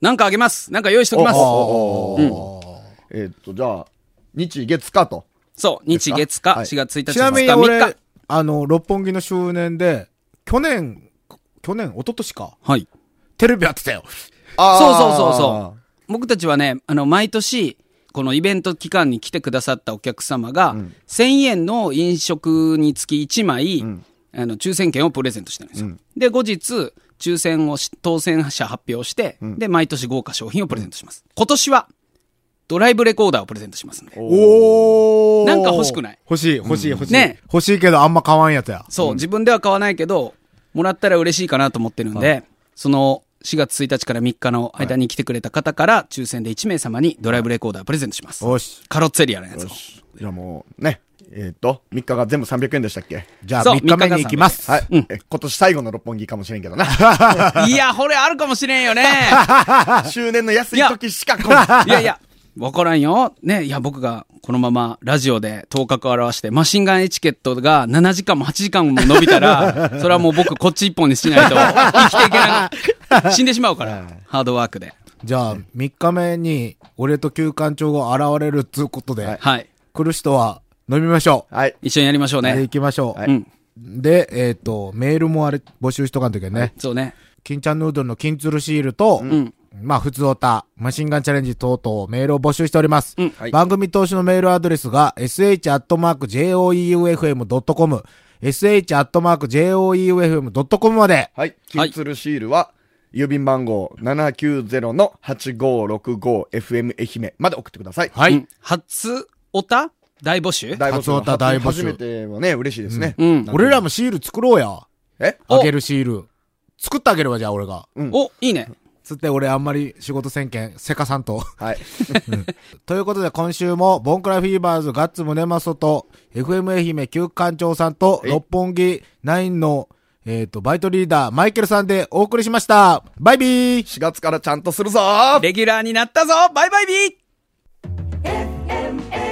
Speaker 4: なんかあげます。なんか用意しときます。
Speaker 3: おーえーっと、じゃあ、日月火と。
Speaker 4: そう。日月火、
Speaker 3: はい
Speaker 4: 4月1日、
Speaker 2: ちなみ
Speaker 4: 2
Speaker 2: に
Speaker 4: 日、3
Speaker 2: 俺
Speaker 4: 日。、
Speaker 2: あの、六本木の周年で、去年、去年、一昨年か、
Speaker 4: はい。
Speaker 2: テレビやってたよ。
Speaker 4: そうそうそうそう。僕たちはね、あの、毎年、このイベント期間に来てくださったお客様が、1000円の飲食につき1枚、あの、抽選券をプレゼントしてるんですよ。で、後日、抽選をし、当選者発表して、で、毎年豪華商品をプレゼントします。今年は、ドライブレコーダーをプレゼントしますんで。
Speaker 2: おー
Speaker 4: なんか欲しくない
Speaker 2: 欲しい、欲しい、欲しい。
Speaker 4: ね
Speaker 2: 欲しいけど、あんま買わんやつや。
Speaker 4: そう、自分では買わないけど、もらったら嬉しいかなと思ってるんで、その4月1日から3日の間に来てくれた方から、抽選で1名様にドライブレコーダープレゼントします。
Speaker 2: よし。
Speaker 4: カロッツェリアのやつを。
Speaker 3: じゃあもう、ね。えーっと、3日が全部300円でしたっけ
Speaker 2: じゃあ、
Speaker 4: そう
Speaker 2: 3日目に行きます。
Speaker 3: はい、え今年最後の六本木かもしれ んけどな。
Speaker 4: いや、これあるかもしれんよね。
Speaker 3: 周年の安い時しか来ない
Speaker 4: やいや、わからんよ。ね、いや、僕がこのままラジオで頭角を現して、マシンガンエチケットが7時間も8時間も伸びたら、それはもう僕こっち一本にしないと生きていけない。死んでしまうから、ハードワークで。
Speaker 2: じゃあ、3日目に、俺と旧館長が現れるっつうことで、
Speaker 4: はい。
Speaker 2: 来る人は飲みましょう。
Speaker 3: い。はい。
Speaker 4: 一緒にやりましょう
Speaker 2: で、
Speaker 4: ね
Speaker 2: 行。きましょう。
Speaker 4: うん。
Speaker 2: で、えっ、と、メールもあれ、募集しとかんときはね、
Speaker 4: そうね。
Speaker 2: 金ちゃんヌードルの金鶴シールと、
Speaker 4: ん
Speaker 2: まあ、普通おた、マシンガンチャレンジ等々、メールを募集しております。
Speaker 4: うん
Speaker 3: はい
Speaker 2: 番組投資のメールアドレスが、sh.joeufm.com、sh.joeufm.com まで、
Speaker 3: はい。金鶴シールは、郵便番号 790-8565FM 愛媛まで送ってください。
Speaker 2: は
Speaker 4: う
Speaker 2: い
Speaker 4: ん。初おた大募集
Speaker 3: 大募
Speaker 2: 初
Speaker 3: 集
Speaker 2: オタ大募集
Speaker 3: 初めてはね、嬉しいですね。
Speaker 4: うん
Speaker 3: なんか
Speaker 2: 俺らもシール作ろうや。
Speaker 3: え
Speaker 4: お
Speaker 2: あげるシール。作ってあげれば、じゃあ俺が。
Speaker 4: お、いいね。
Speaker 2: つって俺あんまり仕事せんけん、せかさんと。
Speaker 3: はい。
Speaker 2: ということで今週も、ボンクラフィーバーズガッツムネマソと、FM 愛媛旧館長さんと、
Speaker 3: い
Speaker 2: 六本木ナインの、えっ、と、バイトリーダー、マイケルさんでお送りしました。バイビー
Speaker 3: 4月からちゃんとするぞ
Speaker 4: レギュラーになったぞバイバイビー
Speaker 1: FMM